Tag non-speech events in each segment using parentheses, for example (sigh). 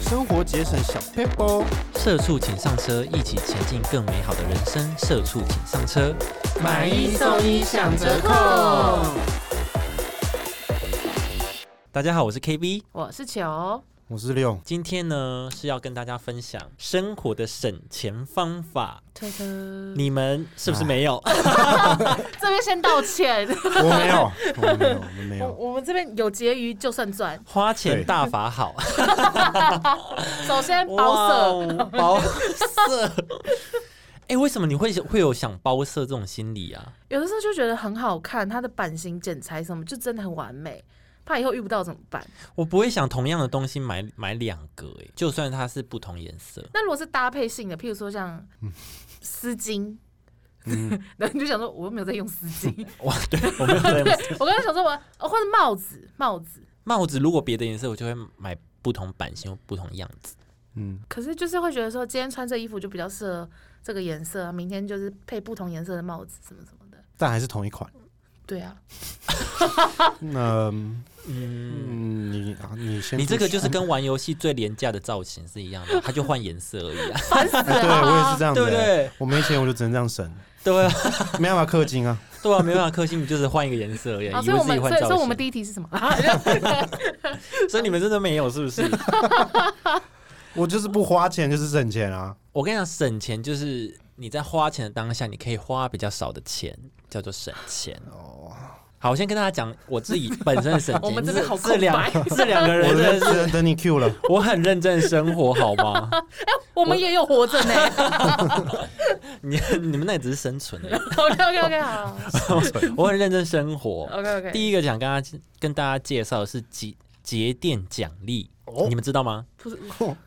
生活节省小 paper，社畜请上车，一起前进更美好的人生。社畜请上车，买一送一享折扣。大家好，我是 KB，我是球，我是六，今天呢是要跟大家分享生活的省钱方法。推特这你们是不是没有？边先道歉，我没有，我没有，我没 (laughs) 我有。我们这边有结余就算赚。花钱大法好，首先包色，哇哦，包色。 (laughs) 哎、为什么你会会有想包色这种心理啊？有的时候就觉得很好看，它的版型、剪裁什么就真的很完美，怕以后遇不到怎么办？我不会想同样的东西买买两个、哎，就算它是不同颜色，那如果是搭配性的，譬如说像丝巾。 (laughs) 然后你就想说，我又没有在用丝 (laughs) 巾，哇，对， (laughs) 我没有在对我刚才想说我，哦，或者帽子，帽子，帽子如果别的颜色，我就会买不同版型、或不同样子。嗯，可是就是会觉得说，今天穿这衣服就比较适合这个颜色啊，明天就是配不同颜色的帽子，什么什么的。但还是同一款。对啊，那嗯，嗯，你啊，你先不说，你这个就是跟玩游戏最廉价的造型是一样的，它就换颜色而已啊，烦死了。哎，对我也是这样子，对不？对？我没钱，我就只能这样省， (laughs) 对啊，没办法氪金啊。对啊，没 (laughs) 办法，克星你就是换一个颜色而已啊，啊，以所以为我自们己换所以造所以我型，们第一题是 (laughs) 什么？所以你们真的没有是不是？我就是不花钱，就是省钱啊。 (laughs) 我跟你讲，省钱就是你在花钱的当下，你可以花比较少的钱，叫做省钱。哦，好，我先跟大家讲我自己本身的省钱， (laughs) 我们真的好这这两空白这 (laughs) 两个我人真在的只是。能等你 Q 了。我很认真生活，好吗？ (laughs) 我们也有活着呢。 (laughs) 你你们那也只是生存而已。 OK OK OK 好我很认真生活， OK OK。第一个想跟大家跟大家介绍的是节节电奖励，哦你们知道吗？不是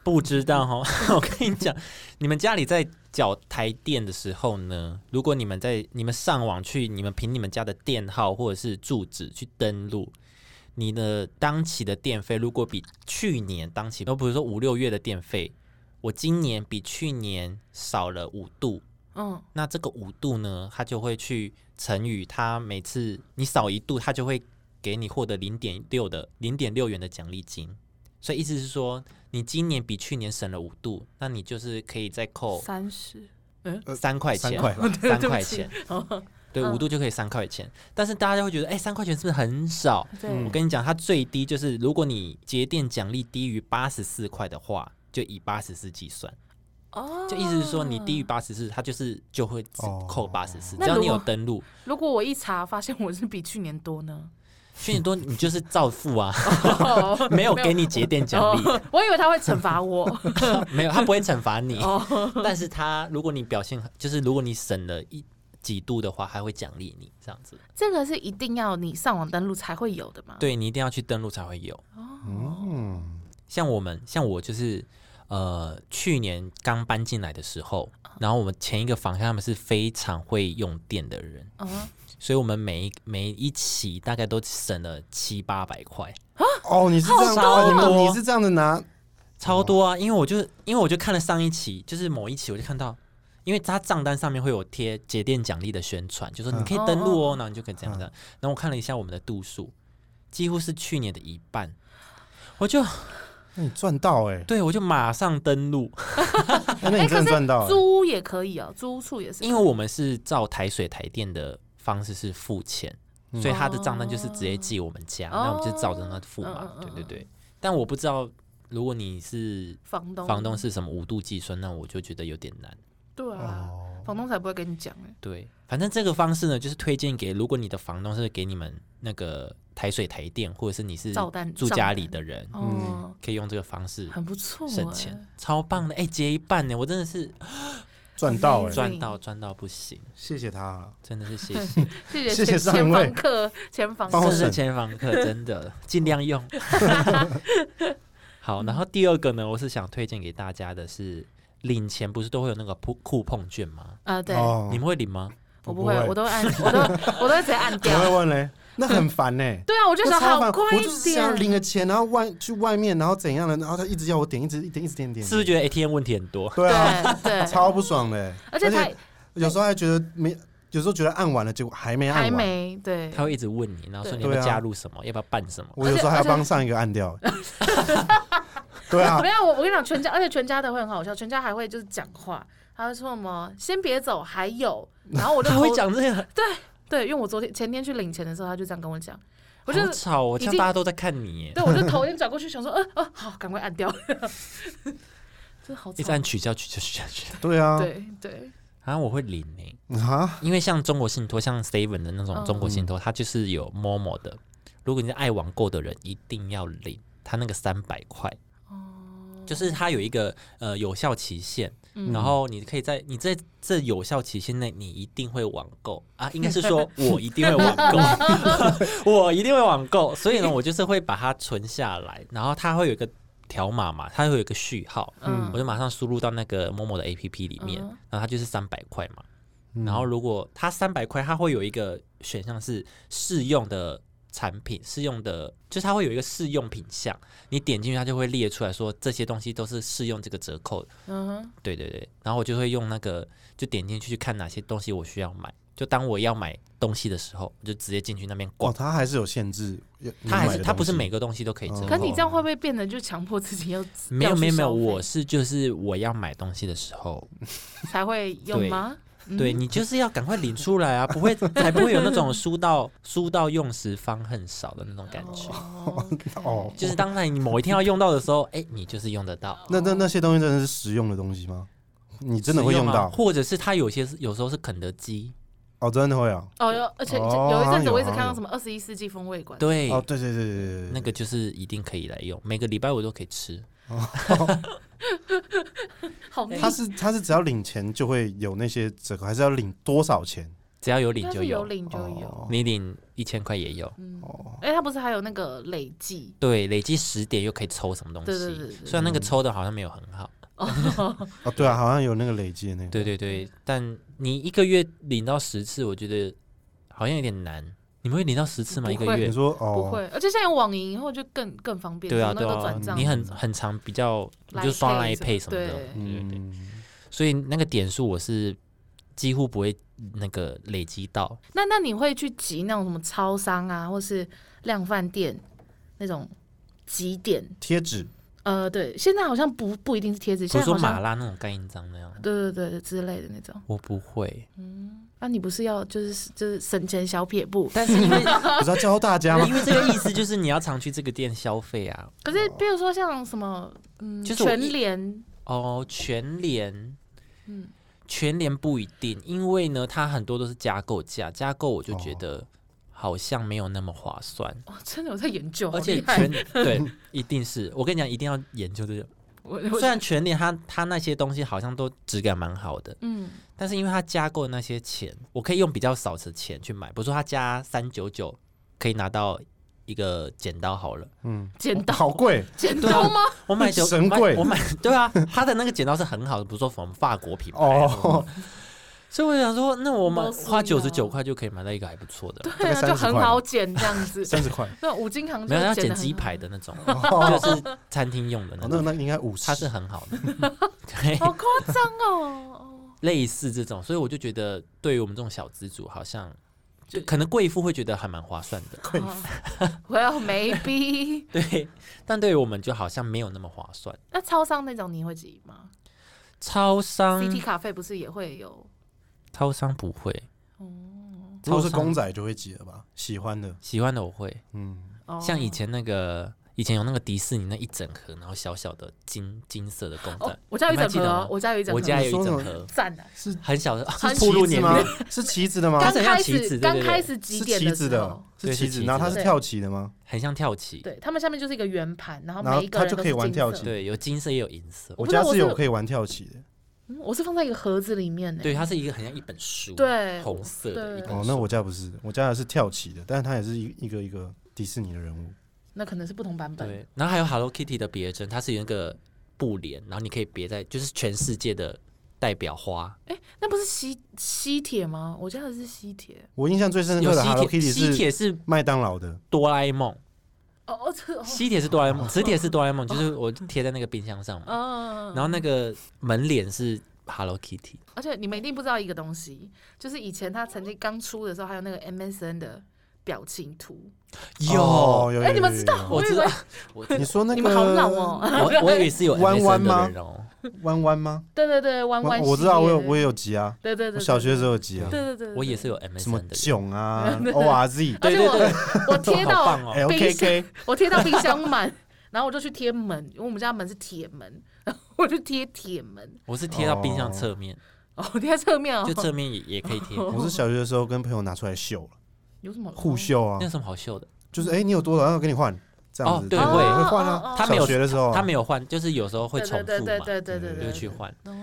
不知道哈， (laughs) 我跟你讲，你们家里在缴台电的时候呢，如果你们在你们上网去，你们凭你们家的电号或者是住址去登录。你的当期的电费如果比去年当期，都比如说五六月的电费，我今年比去年少了五度，嗯，那这个五度呢，它就会去乘以它每次你少一度，它就会给你获得零点六的零点六元的奖励金。所以意思是说，你今年比去年省了五度，那你就是可以再扣三十。呃三块钱，三 (laughs) 块吧哦 (laughs) 对三对不块起钱，哦，对，嗯五度就可以三块钱。但是大家会觉得，哎、三块钱是不是很少？我对，跟你讲，它最低就是如果你节电奖励低于八十四块的话，就以八十四计算。哦就意思是说，你低于。八十四，它就是就会只扣哦八十四，只那要如你有果登录。如果我一查发现我是比去年多呢，去年多你就是照付啊， (laughs) 哦没有给你节点 (laughs) 奖励，哦我以为他会惩罚我。 (laughs) (laughs) 没有，他不会惩罚你，哦，但是他如果你表现就是如果你省了一几度的话，还会奖励你这样子。这个是一定要你上网登录才会有的吗？对你一定要去登录才会有。哦嗯，像我们，像我就是。呃，去年刚搬进来的时候，哦然后我们前一个房客他们是非常会用电的人，嗯，所以我们每一每一期大概都省了七八百块。哦，你是这样好多你们哦你是这样的拿，超多哦啊！因为我就因为我就看了上一期，就是某一期我就看到，因为它账单上面会有贴节电奖励的宣传，就说嗯你可以登录哦，然后你就可以这样这样。然后我看了一下我们的度数，几乎是去年的一半，我就那你赚到哎，对我就马上登 (laughs) 录，哎那你真的赚到哎。租屋也可以哦，租屋处也是可啊以。因为我们是照台水台电的方式是付钱，嗯所以他的账单就是直接寄我们家，哦那我们就照着那付嘛嗯。嗯嗯对嗯对对，但我不知道如果你是房东，房东是什么五度计算，那我就觉得有点难。对啊，哦，房东才不会跟你讲哎。对，反正这个方式呢，就是推荐给如果你的房东是给你们那个台水台电，或者是你是照单住家里的人，哦，可以用这个方式很不错，欸省钱，。超棒的！哎、结一半呢，我真的是赚到哎，对赚到赚到不行，谢谢他啊。真的是谢谢，谢谢谢谢前上一前位房客，前 (laughs) 房帮这我客。是省前房客，真的尽量用。好，然后第二个呢，我是想推荐给大家的是，领钱不是都会有那个酷酷碰券吗？啊，对，哦你们会领吗？我不不会会，我都会按，(laughs) 我都我都会直接按我会掉。问嘞，那很烦哎嘞。对啊，我就我想超好烦，快我就是一想要领点。个钱，然后外去外面，然后怎样的，然后他一直要我点，一直一点，一直点点。是不是觉得 ATM 问题很多？ (laughs) 对啊，对对，超不爽嘞。而且他有时候还觉得没有时候觉得按完了，结果还没按还完。没对，他会一直问你，然后说你要不对要啊加入什么，要不要办什么。我有时候还要帮上一个按掉。 (laughs) 对啊没，有，我我跟你讲，全家，而且全家的会很好笑，全家还会就是讲话，他会说什么“先别走”，还有，然后我 (laughs) 就他会头，讲这个，对，因为我昨天前天去领钱的时候，他就这样跟我讲， (laughs) 我就好吵哦，已这样经大家都在看你耶，对我就头先转过去想说，呃呃，好，赶快按掉， (laughs) 真的好一直惨，按取消取消取消取消，对啊，对对，好像我会领诶。啊，因为像中国信托，像 Seven 的那种嗯中国信托，它就是有 Momo 的。如果你是爱网购的人，一定要领它那个三百块，哦，就是它有一个呃有效期限，嗯然后你可以在你在这有效期限内，你一定会网购啊，应该是 (laughs) 说我一定会网购，我一定会网购，所以呢，我就是会把它存下来，然后它会有一个条码嘛，它会有一个序号，嗯我就马上输入到那个 Momo 的 APP 里面，嗯然后它就是三百块嘛。嗯然后如果它三百块，它会有一个选项是试用的产品，试用的，就是它会有一个试用品项，你点进去它就会列出来说这些东西都是试用这个折扣的。嗯哼，对对对，然后我就会用那个就点进去去看哪些东西我需要买。就当我要买东西的时候，我就直接进去那边哦，逛。它还是有限制，它还是它它不是每个东西都可以折哦扣。可是你这样会不会变得就强迫自己要没有要去没有没有，消费我是就是我要买东西的时候，才会用吗？嗯对你就是要赶快领出来啊，不会才不会有那种书到书到用时方恨少的那种感觉。哦哦，就是当然你某一天要用到的时候，哎、你就是用得到，那那那些东西真的是实用的东西吗？你真的会实用啊到？或者是它有些是有时候是肯德基，哦，真的会啊。哦，有，而且哦有一阵子有我一直有看到什么二十一世纪风味馆，对，哦，对对对对对对，那个就是一定可以来用，每个礼拜我都可以吃。好腻，他是他是只要领钱就会有那些折扣，还是要领多少钱？只要有领它就是有有，领就有，哦你领一千块也有。嗯，哦，哎，它不是还有那个累计，对，累积十点又可以抽什么东西？对对对对虽然那嗯个抽的好像没有很好，哦对啊，好像有那个累积的那个。对对对，但你一个月领到十次，我觉得好像有点难。你们会领到十次吗？不一个会月你？说不哦，会，而且现在有网银以后就更更方便，对啊，什么对都啊转，账你，很很常比较，你就 Line 刷 Line Pay 什么 Pay 什么的，对对对对。嗯，所以那个点数我是几乎不会那个累积到，那那你会去集那种什么超商啊，或是量贩店那种集点？贴纸呃，对，现在好像不不一定是贴纸，不是现在说好马像拉那种盖印章那样，对对对对之类的那种。我不会。啊，你不是要就是就是省钱小撇步？但是因为不是要教大家吗 (laughs) 因？为这个意思就是你要常去这个店消费啊。可是比如说像什么，嗯，就是我全一联，哦，全联，嗯嗯，全联不一定，因为呢，它很多都是加购价，加购我就觉哦得好像没有那么划算，哦，真的我在研究，而好且厉害全 (laughs) 对，一定是我跟你讲，一定要研究这个。我我虽然全联它它那些东西好像都质感蛮好的，嗯，但是因为它加购的那些钱，我可以用比较少的钱去买，比如说它加三九九可以拿到一个剪刀好了。嗯，剪刀好贵，剪对啊刀吗？我买九神贵我买我买对啊，它的那个剪刀是很好的，不是说从法国品牌哦哦。所以我想说，那我买不是啊花九十九块就可以买到一个还不错的，对啊，大概就30块很吧好剪这 (laughs) 样子。三十块。那五金行就没有要剪剪得很鸡好排的那种，哦， (laughs) 就是餐厅用的那那种，那应该五十。它是很好的， (laughs) 对，好夸张哦！类似这种，所以我就觉得，对于我们这种小资主，好像就可能贵妇会觉得还蛮划算的，。贵哦 Well, maybe (laughs) 对，但对于我们就好像没有那么划算。那超商那种你会挤吗超商， ？CT 咖啡不是也会有？哦超商不会，如果是超商公仔就会挤了吧？喜欢的，喜欢的我会，嗯，哦像以前那个，以前有那个迪士尼那一整盒，然后小小的金金色的公哦仔，，我家有一整你们还记盒得哦吗，我家有一整盒，我家有一整你盒，赞的。是很小的，啊很 (laughs) 暴露旗子年吗龄，？是旗子的吗？它刚是很像开棋子始对对刚对开始几是点旗时子的候，，对是是旗旗子。然后它子是的跳棋的吗？很像跳棋，对他们下面就是一个圆盘，然后然后每一个人它就都可以是玩金跳色棋对，有金色也有银色，我不知道家我是是有可以玩跳棋的。嗯我是放在一个盒子里面呢。对，它是一个很像一本书，对红色的一对本哦书，，那我家不是，我家的是跳棋的，但是它也是一一个一个迪士尼的人物。那可能是不同版本。对，然后还有 Hello Kitty 的别针，它是有那个布帘，然后你可以别在就是全世界的代表花，那不是吸吸铁吗？我家的是吸铁。我印象最深有刻的 Hello 吸铁， Kitty 吸是铁是麦当劳的，哆啦 A 梦，哦哦，这个哦吸铁是哆啦 A 梦，磁铁是哆啦 A 梦，就是我贴在那个冰箱上嘛。嗯，然后那个门脸是 Hello Kitty，而且你们一定不知道一个东西，就是以前他曾经刚出的时候，还有那个 MSN 的表情图。哦有哎、有你们有知有道？我以知道为，我你说那个你们好老哦。我我以为是有弯弯 MSN 吗的人哦，弯弯吗？对对对，弯弯。我知道，我有我也。有集啊，对对对我对，小学的时候有集啊对。，对对对，我也是有。有什么 MSN 的人。囧 (laughs) 啊，ORZ 对而且对对，我我贴 (laughs) 好到棒哎哦！ LKK，我贴到冰箱满，然后我就去贴门，因为我们家门是铁门， (laughs) 然后我就贴铁门，我是贴到冰箱侧面， (laughs) 哦，我贴在侧面哦就。侧面也也可以贴。我是小学的时候跟朋友拿出来秀了，有什么哦互？秀啊那，有什么好秀的？就是哎、你有多少，然后我跟你换，这样子。嗯哦对这样子会会换哦哦啊哦。他没有小学的时候啊，他没有换，就是有时候会对重复嘛，对对对对对对，就去换。哦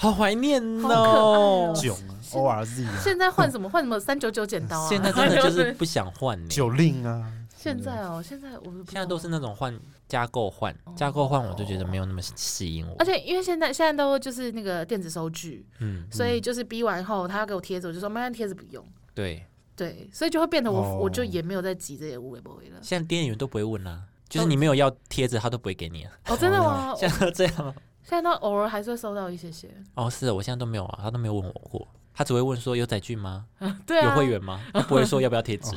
好怀念好可爱哦哦！囧啊，ORZ 啊，现在换什么换什么三九九剪刀啊？现在真的就是不想换呢，九令啊， (laughs) 现在哦，现在我现在都是那种换加购换加购换，我就觉得没有那么吸引我哦而。且因为现在现在都就是那个电子收据，嗯，所以就是逼完后，他要给我贴纸，我就说妈，那贴纸不用。对，对，所以就会变得我、哦我就也没有在急这些无为不为了。哦现在店员都不会问啦，就是你没有要贴纸，他都不会给你啊。哦，真的吗？现在都这样了。现在都偶尔还是会收到一些些。哦，是的，我现在都没有啊，他都没有问我过，他只会问说有载具吗？对啊，哦有会员吗？他不会说要不要贴纸。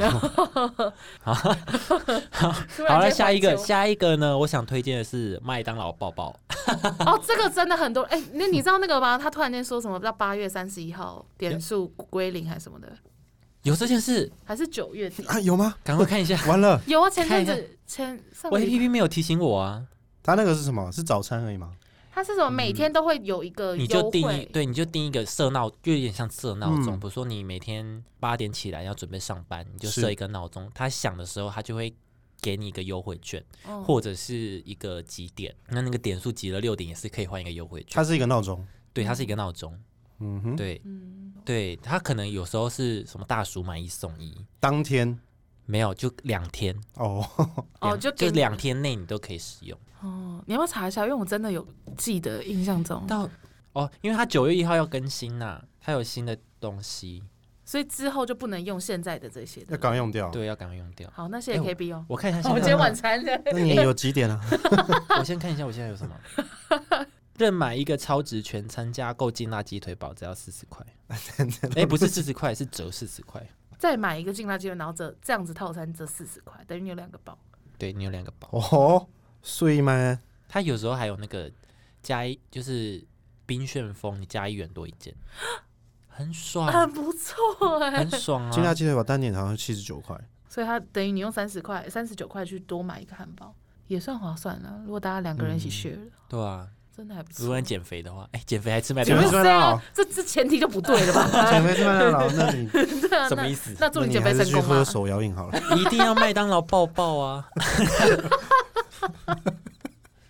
突然好间了，下一个，怀旧下一个呢？我想推荐的是麦当劳抱抱。哦，这个真的很多。哎、那你知道那个吗？他突然间说什么到八月三十一号点数归零还是什么的，有这件事，还是九月底？啊有吗？赶快看一下。 (laughs) 完了，有啊，前看阵子前上个我礼 A 拜 P P 没有提醒我啊，他那个是什么？是早餐而已吗？他是什么？每天都会有一个你优就定惠一，嗯对，你就定一个设闹，就有点像设闹钟。嗯比如说你每天八点起来要准备上班，你就设是一个闹钟，它响的时候，它就会给你一个优惠券，哦或者是一个几点。那那个点数集了六点也是可以换一个优惠券。它是一个闹钟。对，它是一个闹钟。嗯哼，对，嗯，对，它可能有时候是什么大叔买一送一，当天没有就两天。哦，哦，两就就给你两天内你都可以使用哦，你要不要查一下？因为我真的有记得印象中，到哦，因为它九月一号要更新呐、它有新的东西，所以之后就不能用现在的这些要的。刚用掉。对，要赶快用掉。好，那些也可以不用。哎我看一下我现哦今在天，晚餐的，那你有几点啊？ (laughs) 我先看一下我现在有什么。任买一个超值全餐加购劲辣鸡腿堡，只要四十 (laughs) 块。哎、不是四十块，是折四十块。 (laughs) 再买一个劲辣鸡腿，然后这这样子套餐折四十块，等于你有两个包。对你有两个包， (laughs) 哦，睡吗？它有时候还有那个加一，就是冰旋风，你加一元多一件，很爽，很不错哎、很 (laughs) 爽金大啊！鸡腿堡单点好像七十九块，所以它等于你用三十块、三十九块去多买一个汉堡，也算划算了。如果大家两个人一起 share，、对啊，真的还不如果错你。减肥的话，哎、减肥还吃麦减当肥劳是这样，啊这这前提就不对了 (laughs) 吧？减肥是麦 (laughs) 当劳，那你对啊，什么那意思那祝那你你减还肥是去成功喝啊！手摇饮好了。 (laughs) 一定要麦当劳抱抱啊！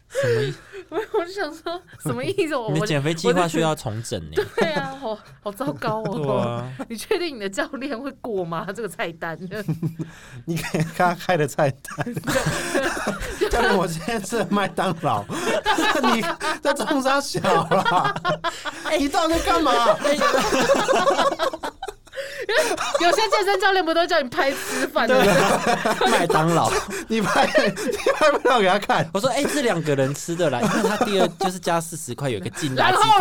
什么意？ (laughs) 我就想说，什么意思？我 (laughs) 你哦我的减肥计划需要重整 (laughs) 呢、对啊，好好糟糕 (laughs) 哦！啊，你确定你的教练会过吗？这个菜单 (laughs) 你给他开的菜单，但是我今天吃的麦当劳， (laughs) 你在冲啥小 (laughs) 啦？你到底在干嘛？有些健身教练不都叫你拍吃饭啊的？麦当劳。 (laughs) 你拍你拍不到给他看，我说，哎、这两个人吃的啦，因为他第二就是加四十块，有个劲辣然鸡后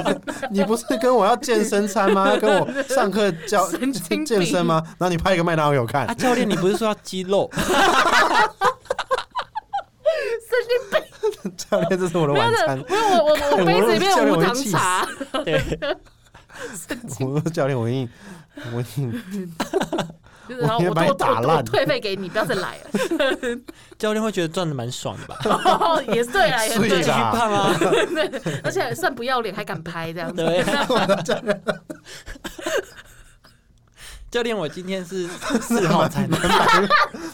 腿堡。嘞，你不是跟我要健身餐吗？ (laughs) 要跟我上课教神经病健身吗？然后你拍一个麦当劳给我看啊，，教练，你不是说要肌肉？ (laughs) 教练， (laughs) 这是我的没有晚的，餐。没有我我我杯子里面有无糖茶，对， (laughs) 我说教练，我给你，我给你就是然后我我把你我打烂我退费给你，不要再来了。 (laughs) 教练会觉得赚的蛮爽的吧？哦，也对啊，也睡对，着胖啊， (laughs) 而且还算不要脸，还敢拍这样子。对啊。教练，我今天是四号餐，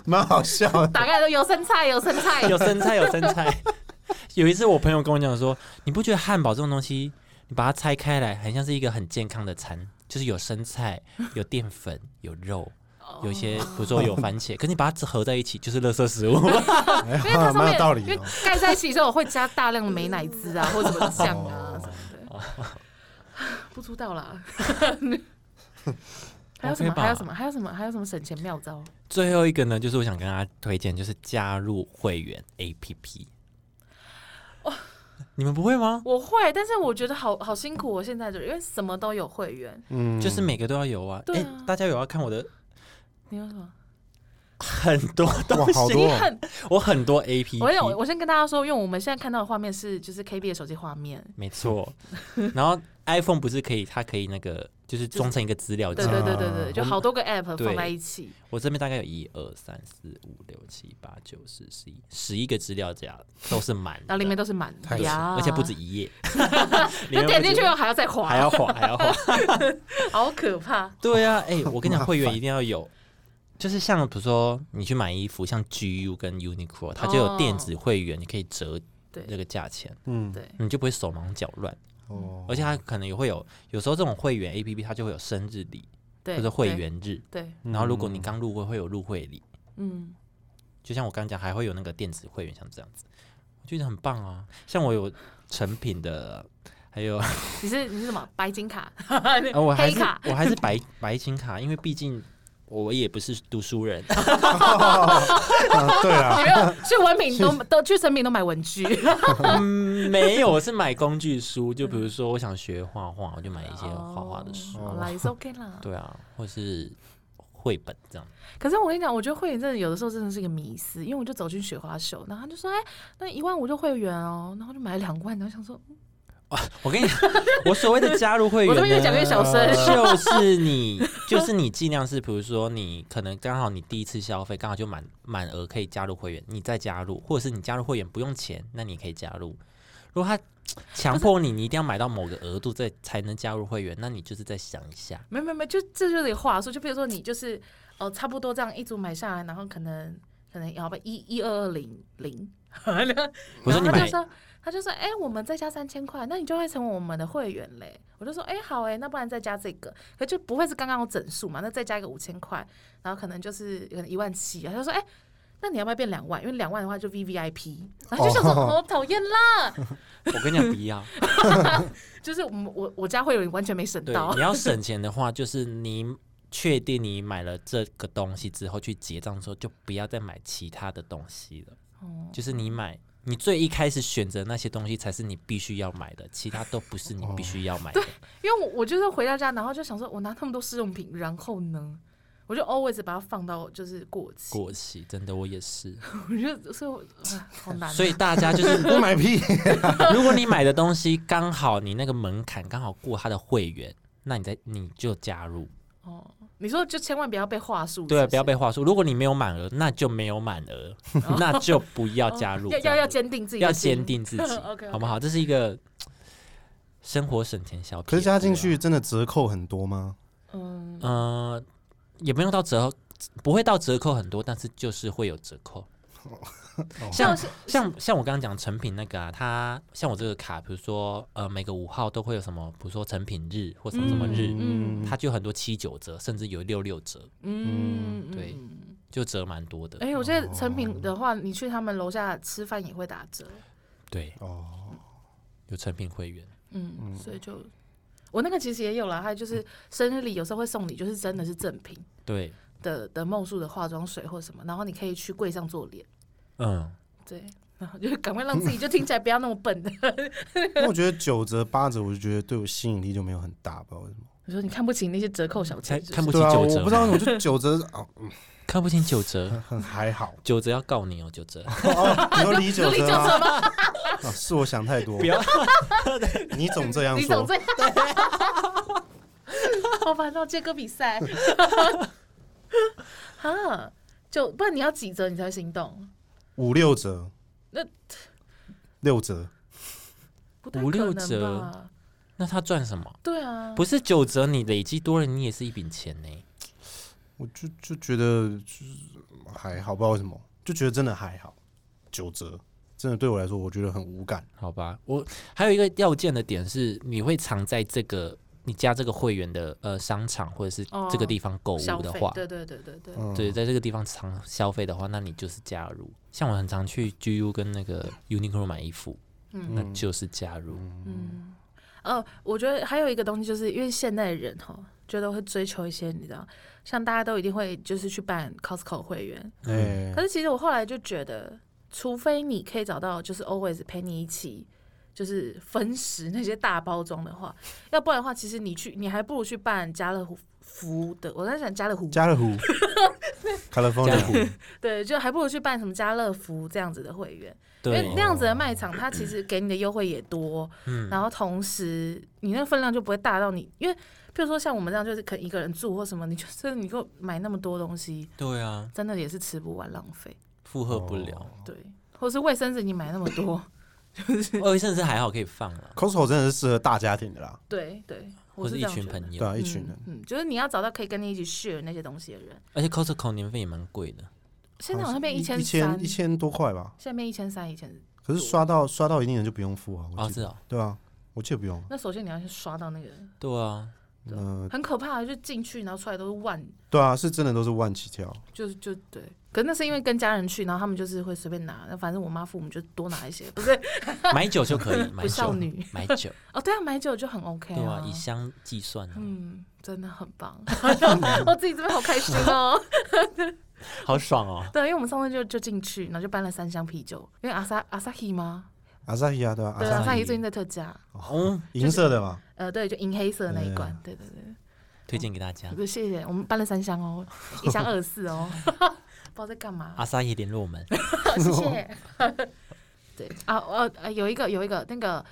蛮好笑的。打开都有生菜，有生菜，有生菜，有生菜。 (laughs) 有一次，我朋友跟我讲说，你不觉得汉堡这种东西，你把它拆开来，很像是一个很健康的餐，就是有生菜、有淀粉、有肉，有一些哦比如说有番茄，可你把它合在一起就是垃圾食物。哎因为它呀，上蛮面有道理因为的。哦盖在一起之后，我会加大量的美乃滋 (laughs) 啊，或者什么酱啊哦什么的。不知道啦。 (laughs) 还有什 OK 么？吧还有什么？还有什么？还有什么省钱妙招？ (laughs) 最后一个呢，就是我想跟大家推荐，就是加入会员 APP。你们不会吗？我会，但是我觉得好好辛苦哦，我现在就因为什么都有会员，嗯，就是每个都要有啊。对诶啊大家有要看我的你有什么？很多哇东，西，好你多哦，很，我很多 A P 我先 P，我先跟大家说，因为我们现在看到的画面是就是 KB 的手机画面，没 (laughs) 错。然后 iPhone 不是可以，它可以那个就是装成一个资料夹对。对对对对，啊就好多个 App 对放在一起，我这边大概有一二三四五六七八九十十一十一个资料夹都是满的，然后里面都是满太扯的呀，而且不止，一页，里就面 (laughs) 点不止进去还要再还滑，要 (laughs) 画，还要画。好可怕。对啊，哎、我跟你麻讲，会员烦一定要有，就是像比如说你去买衣服，像 GU 跟 Uniqlo，它就有电子会员，你可以折对那个价钱，哦嗯，对，你就不会手忙脚乱。哦，而且它可能也会有，有时候这种会员 APP 它就会有生日礼对，或者会员日，对，对，嗯然后如果你刚入会会有入会礼，嗯，就像我刚讲，还会有那个电子会员，像这样子，我觉得很棒啊。像我有成品的。还 (laughs) 有，啊、你是你是什么白 (laughs) 金卡？哦我还黑是卡？我还是白白金卡，因为毕竟我也不是读书 (laughs) 人， (laughs) 啊对啊，有没有去文品都都去成品都买文 (laughs) 具？嗯，没有，我是买工具书，就比如说我想学画画，我就买一些画画的书，哦好啦也是 OK 啦。对啊，或是绘本这样。可是我跟你讲，我觉得会员真的有的时候真的是一个迷思，因为我就走进雪花秀，然后他就说：“哎，那一万五就会员哦。”然后就买了两万，然后想说，我跟你讲，我所谓的加入会员 (laughs) 我呢，这边越讲越小声。 (laughs) 就是你，就是你尽量是，比如说你可能刚好你第一次消费，刚好就满满额可以加入会员，你再加入，或者是你加入会员不用钱，那你可以加入。如果他强迫你，你一定要买到某个额度再才能加入会员，那你就是再想一下。没没没，就这就得话术，就比如说你就是哦、呃差不多这样一组买下来，然后可能可能要不一一二二零零， (laughs) 然后我说你他就买说他就说哎、我们再加三千块，那你就会成为我们的会员嘞。我就说哎、好哎、那不然再加这个，可就不会是刚刚我整数嘛，那再加一个五千块，然后可能就是可能一万七，他就说哎。那你要不要变两万？因为两万的话就 V V I P，然后就想 (laughs) 说，哦哦，讨厌啦！我跟你讲，不要。就是我们我我家会员完全没省对到，，你要省钱的话，就是你确定你买了这个东西之后去结账的时候，就不要再买其他的东西了。哦就是你买，你最一开始选择那些东西才是你必须要买的，其他都不是你必须要哦买的。因为我我就是回到家，然后就想说，我拿那么多试用品，然后呢，我就 always 把它放到就是过期，过期，真的我也是。 (laughs) 我就所以我啊好难啊、所以大家就是，我买 (laughs) 屁，如果你买的东西刚好你那个门槛刚好过他的会员。那你再你就加入，哦，你说就千万不要被话术，对啊，是是不要被话术。如果你没有满额，那就没有满额，那就不要加入。要这哦要样要子坚定自己，要坚，定自 (laughs) 己嗯 OK，OK 好不好？这是一个生活省钱小撇步啊。可是加进去真的折扣很多吗？嗯，呃，也不用到折，不会到折扣很多，但是就是会有折扣。哦像哦是像像我刚刚讲成品那个啊，它像我这个卡，比如说呃每个五号都会有什么，比如说成品日或什么什么日，嗯它就有很多七九折，甚至有六六折，嗯，对嗯。就折蛮多的。哎、我觉得成品的话，你去他们楼下吃饭也会打折，对，哦，有成品会员，嗯，所以就我那个其实也有啦，还有就是生日礼有时候会送你，就是真的是赠品对，的的梦素的化妆水或什么，然后你可以去柜上做脸。嗯，对，然后就赶快让自己就听起来不要那么笨的。 (laughs) 那我觉得九折八折，我就觉得对我吸引力就没有很大，不知道为什么。你说你看不起那些折扣小才钱，看不起对啊，九我折不知吗，道为什么就九折啊，嗯看不清九折，很很还好。九折要告你哦，九折。哦，你说李就九零九折吗？折吗？啊是我想太多不，要 (laughs) 你总这样你总说这。样， (laughs) 好烦哦！接歌比赛， (laughs) 哈，就不然你要几折你才会心动？五六折，那六折，不太五可六能折吧？那他赚什么？对啊，不是九折，你累积多了，你也是一笔钱呢。我就就觉得就是还好，不知道为什么，就觉得真的还好。九折真的对我来说，我觉得很无感。好吧，我还有一个要件的点是，你会常在这个你加这个会员的呃商场或者是哦这个地方购物消的费话，，对对对对对，嗯，对，在这个地方常消费的话，那你就是加入。像我很常去 GU 跟那个 Uniqlo 买衣服，嗯那就是加入。嗯，哦，我觉得还有一个东西，就是因为现代人哈，觉得会追求一些，你知道，像大家都一定会就是去办 Costco 会员，哎嗯可，是其实我后来就觉得，除非你可以找到就是 always 陪你一起，就是分食那些大包装的话，要不然的话，其实你去你还不如去办家乐福的。我在想家乐福，家乐 (laughs) 福家户，California，对，就还不如去办什么家乐福这样子的会员，因为对哦那样子的卖场，它其实给你的优惠也多，嗯然后同时你那个分量就不会大到你，因为比如说像我们这样，就是可能一个人住或什么，你就是你给我买那么多东西，对啊，真的也是吃不完，浪费。负荷不了。对，或是卫生纸你买那么多，哦二卫生纸哦还好可以放啊了， Costco 真的是适合大家庭的啦，对对，我或者是一这样群觉得朋对友，啊，一群人。嗯，嗯，就是你要找到可以跟你一起 share 那些东西的人。而且 Costco 年费也蛮贵的。现在好像变一千三，千一千多块吧，现在变一千三，一千。可是刷到刷到一定人就不用付啊，我哦，记是得，哦，对啊，我记得不用，那首先你要先刷到那个，对啊，对嗯，很可怕，啊就进去然后出来都是万，对啊，是真的都是万起跳，就是就对。可是那是因为跟家人去，然后他们就是会随便拿，那反正我妈父母就多拿一些，不是 (laughs) 买酒就可以，买不孝酒，女买 (laughs) 酒，哦，对啊，买酒就很 OK 对啊啊，以，箱计算啊，嗯，真的很 (laughs) 棒， (laughs) 我自己这边好开心哦。 (laughs) 好爽哦。对，因为我们上次就就进去，然后就搬了三箱啤酒，因为阿萨阿萨希吗？阿萨伊啊，对啊，阿对，萨阿萨萨希希最近在特价，哦，银色的嘛，呃，对，就银黑色的那一对啊罐，对对对。推荐给大家。不是，谢谢，我们搬了三箱哦，一箱二十 (laughs) 四哦，不知道在干嘛。阿萨也联络我 (laughs) 们，谢谢。 (laughs) 对啊，呃呃，有一个有一个那个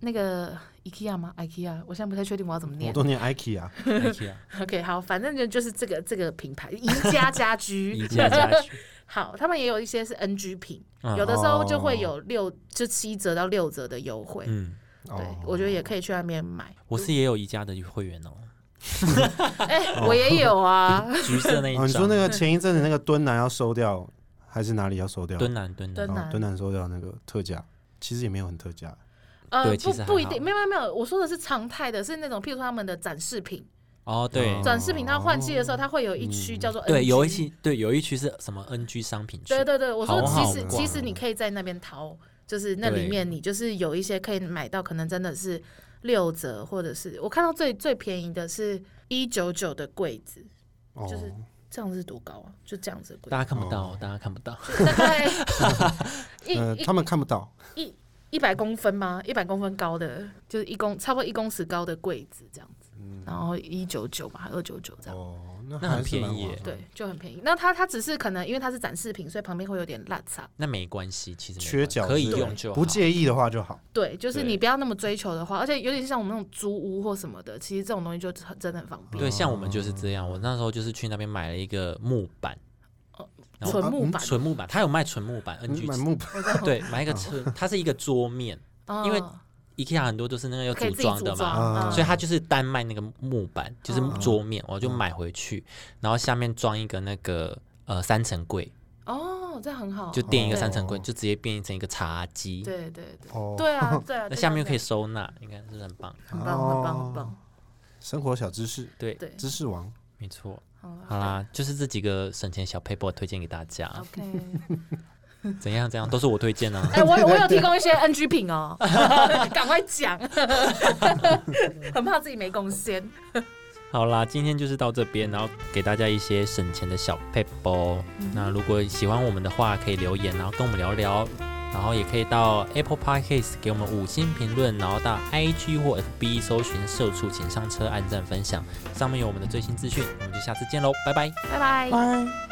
那个 IKEA 吗？IKEA，我现在不太确定我要怎么我念。都念 IKEA 啊 (laughs) IKEA OK，好，反正就就是这个这个品牌宜家家 (laughs) 居，宜家家 (laughs) 居，好，他们也有一些是 NG 品，嗯有的时哦候就会有六就七折到六折的优惠。嗯，对哦，，我觉得也可以去外面 (laughs) 买。我是也有宜家的会员哦，哎，我也有啊，橘色那一张。哦，你说那个前一阵子那个敦南要收掉，还是哪里要收掉？敦南敦南敦哦南敦南收掉那个特价，其实也没有很特价，呃，对不其实还不一好定，没有没有没有，我说的是常态的，是那种譬如说他们的展示品，哦，对哦转饰品它换季的时候，它会有一区叫做 NG, 对，有一。期对有一区是什么 NG 商品区对，对对，我说好其好实逛其实你可以在那边淘，就是那里对面你就是有一些可以买到，可能真的是六折，或者是我看到最最便宜的是一九九的柜子，哦，就是这样子是多高啊？就这样子的柜大家看不到哦，大家看不到， (laughs) 子，大概一呃，一他们看不到，一百公分吗？一百公分高的，就是一公差不多一公尺高的柜子这样子，然后一九九嘛，二九九这样。哦，那嗯那很还是蛮便宜划耶算的对，就很便宜。那它它只是可能因为它是展示品，所以旁边会有点烂差。那没关系，其实没缺关系角可以之类用就好不介意的话就好。对，就是你对不要那么追求的话，而且尤其是像我们那种租屋或什么的，其实这种东西就很真的很方便。对，像我们哦就是这样，我那时候就是去那边买了一个木板，然后啊纯木板，纯木板，他有卖纯木板你 NG 买木板哦 (laughs) 我在对，买一个车，它是一个桌面嗯因为，IKEA 很多都是那个要可以组自己装组的装，嘛，啊嗯所以它就是单卖那个木板，就是嗯桌面，我就买回去，然后下面装一个那个呃三层柜，哦，这样很好，就垫一个对三层柜，哦就直接变成一个茶几，对对对哦，对啊，对啊， (laughs) 那就下面又这可以样收纳，你看是不是很棒？很棒，很棒，很哦棒，生活小知识，对，对，知识王，没错。好啊了好啦，就是这几个省钱小 paper 推荐给大家， ，OK。啊怎样怎样都是我推荐啊。哎，我我有提供一些 NG 品哦， (laughs) 赶快讲， (laughs) 很怕自己没贡献。好啦，今天就是到这边，然后给大家一些省钱的小 paper。那如果喜欢我们的话，可以留言，然后跟我们聊聊。然后也可以到 Apple Podcast 给我们五星评论，然后到 IG 或 FB 搜寻“社畜请上车”，按赞分享，上面有我们的最新资讯。我们就下次见喽，拜拜。拜拜。拜。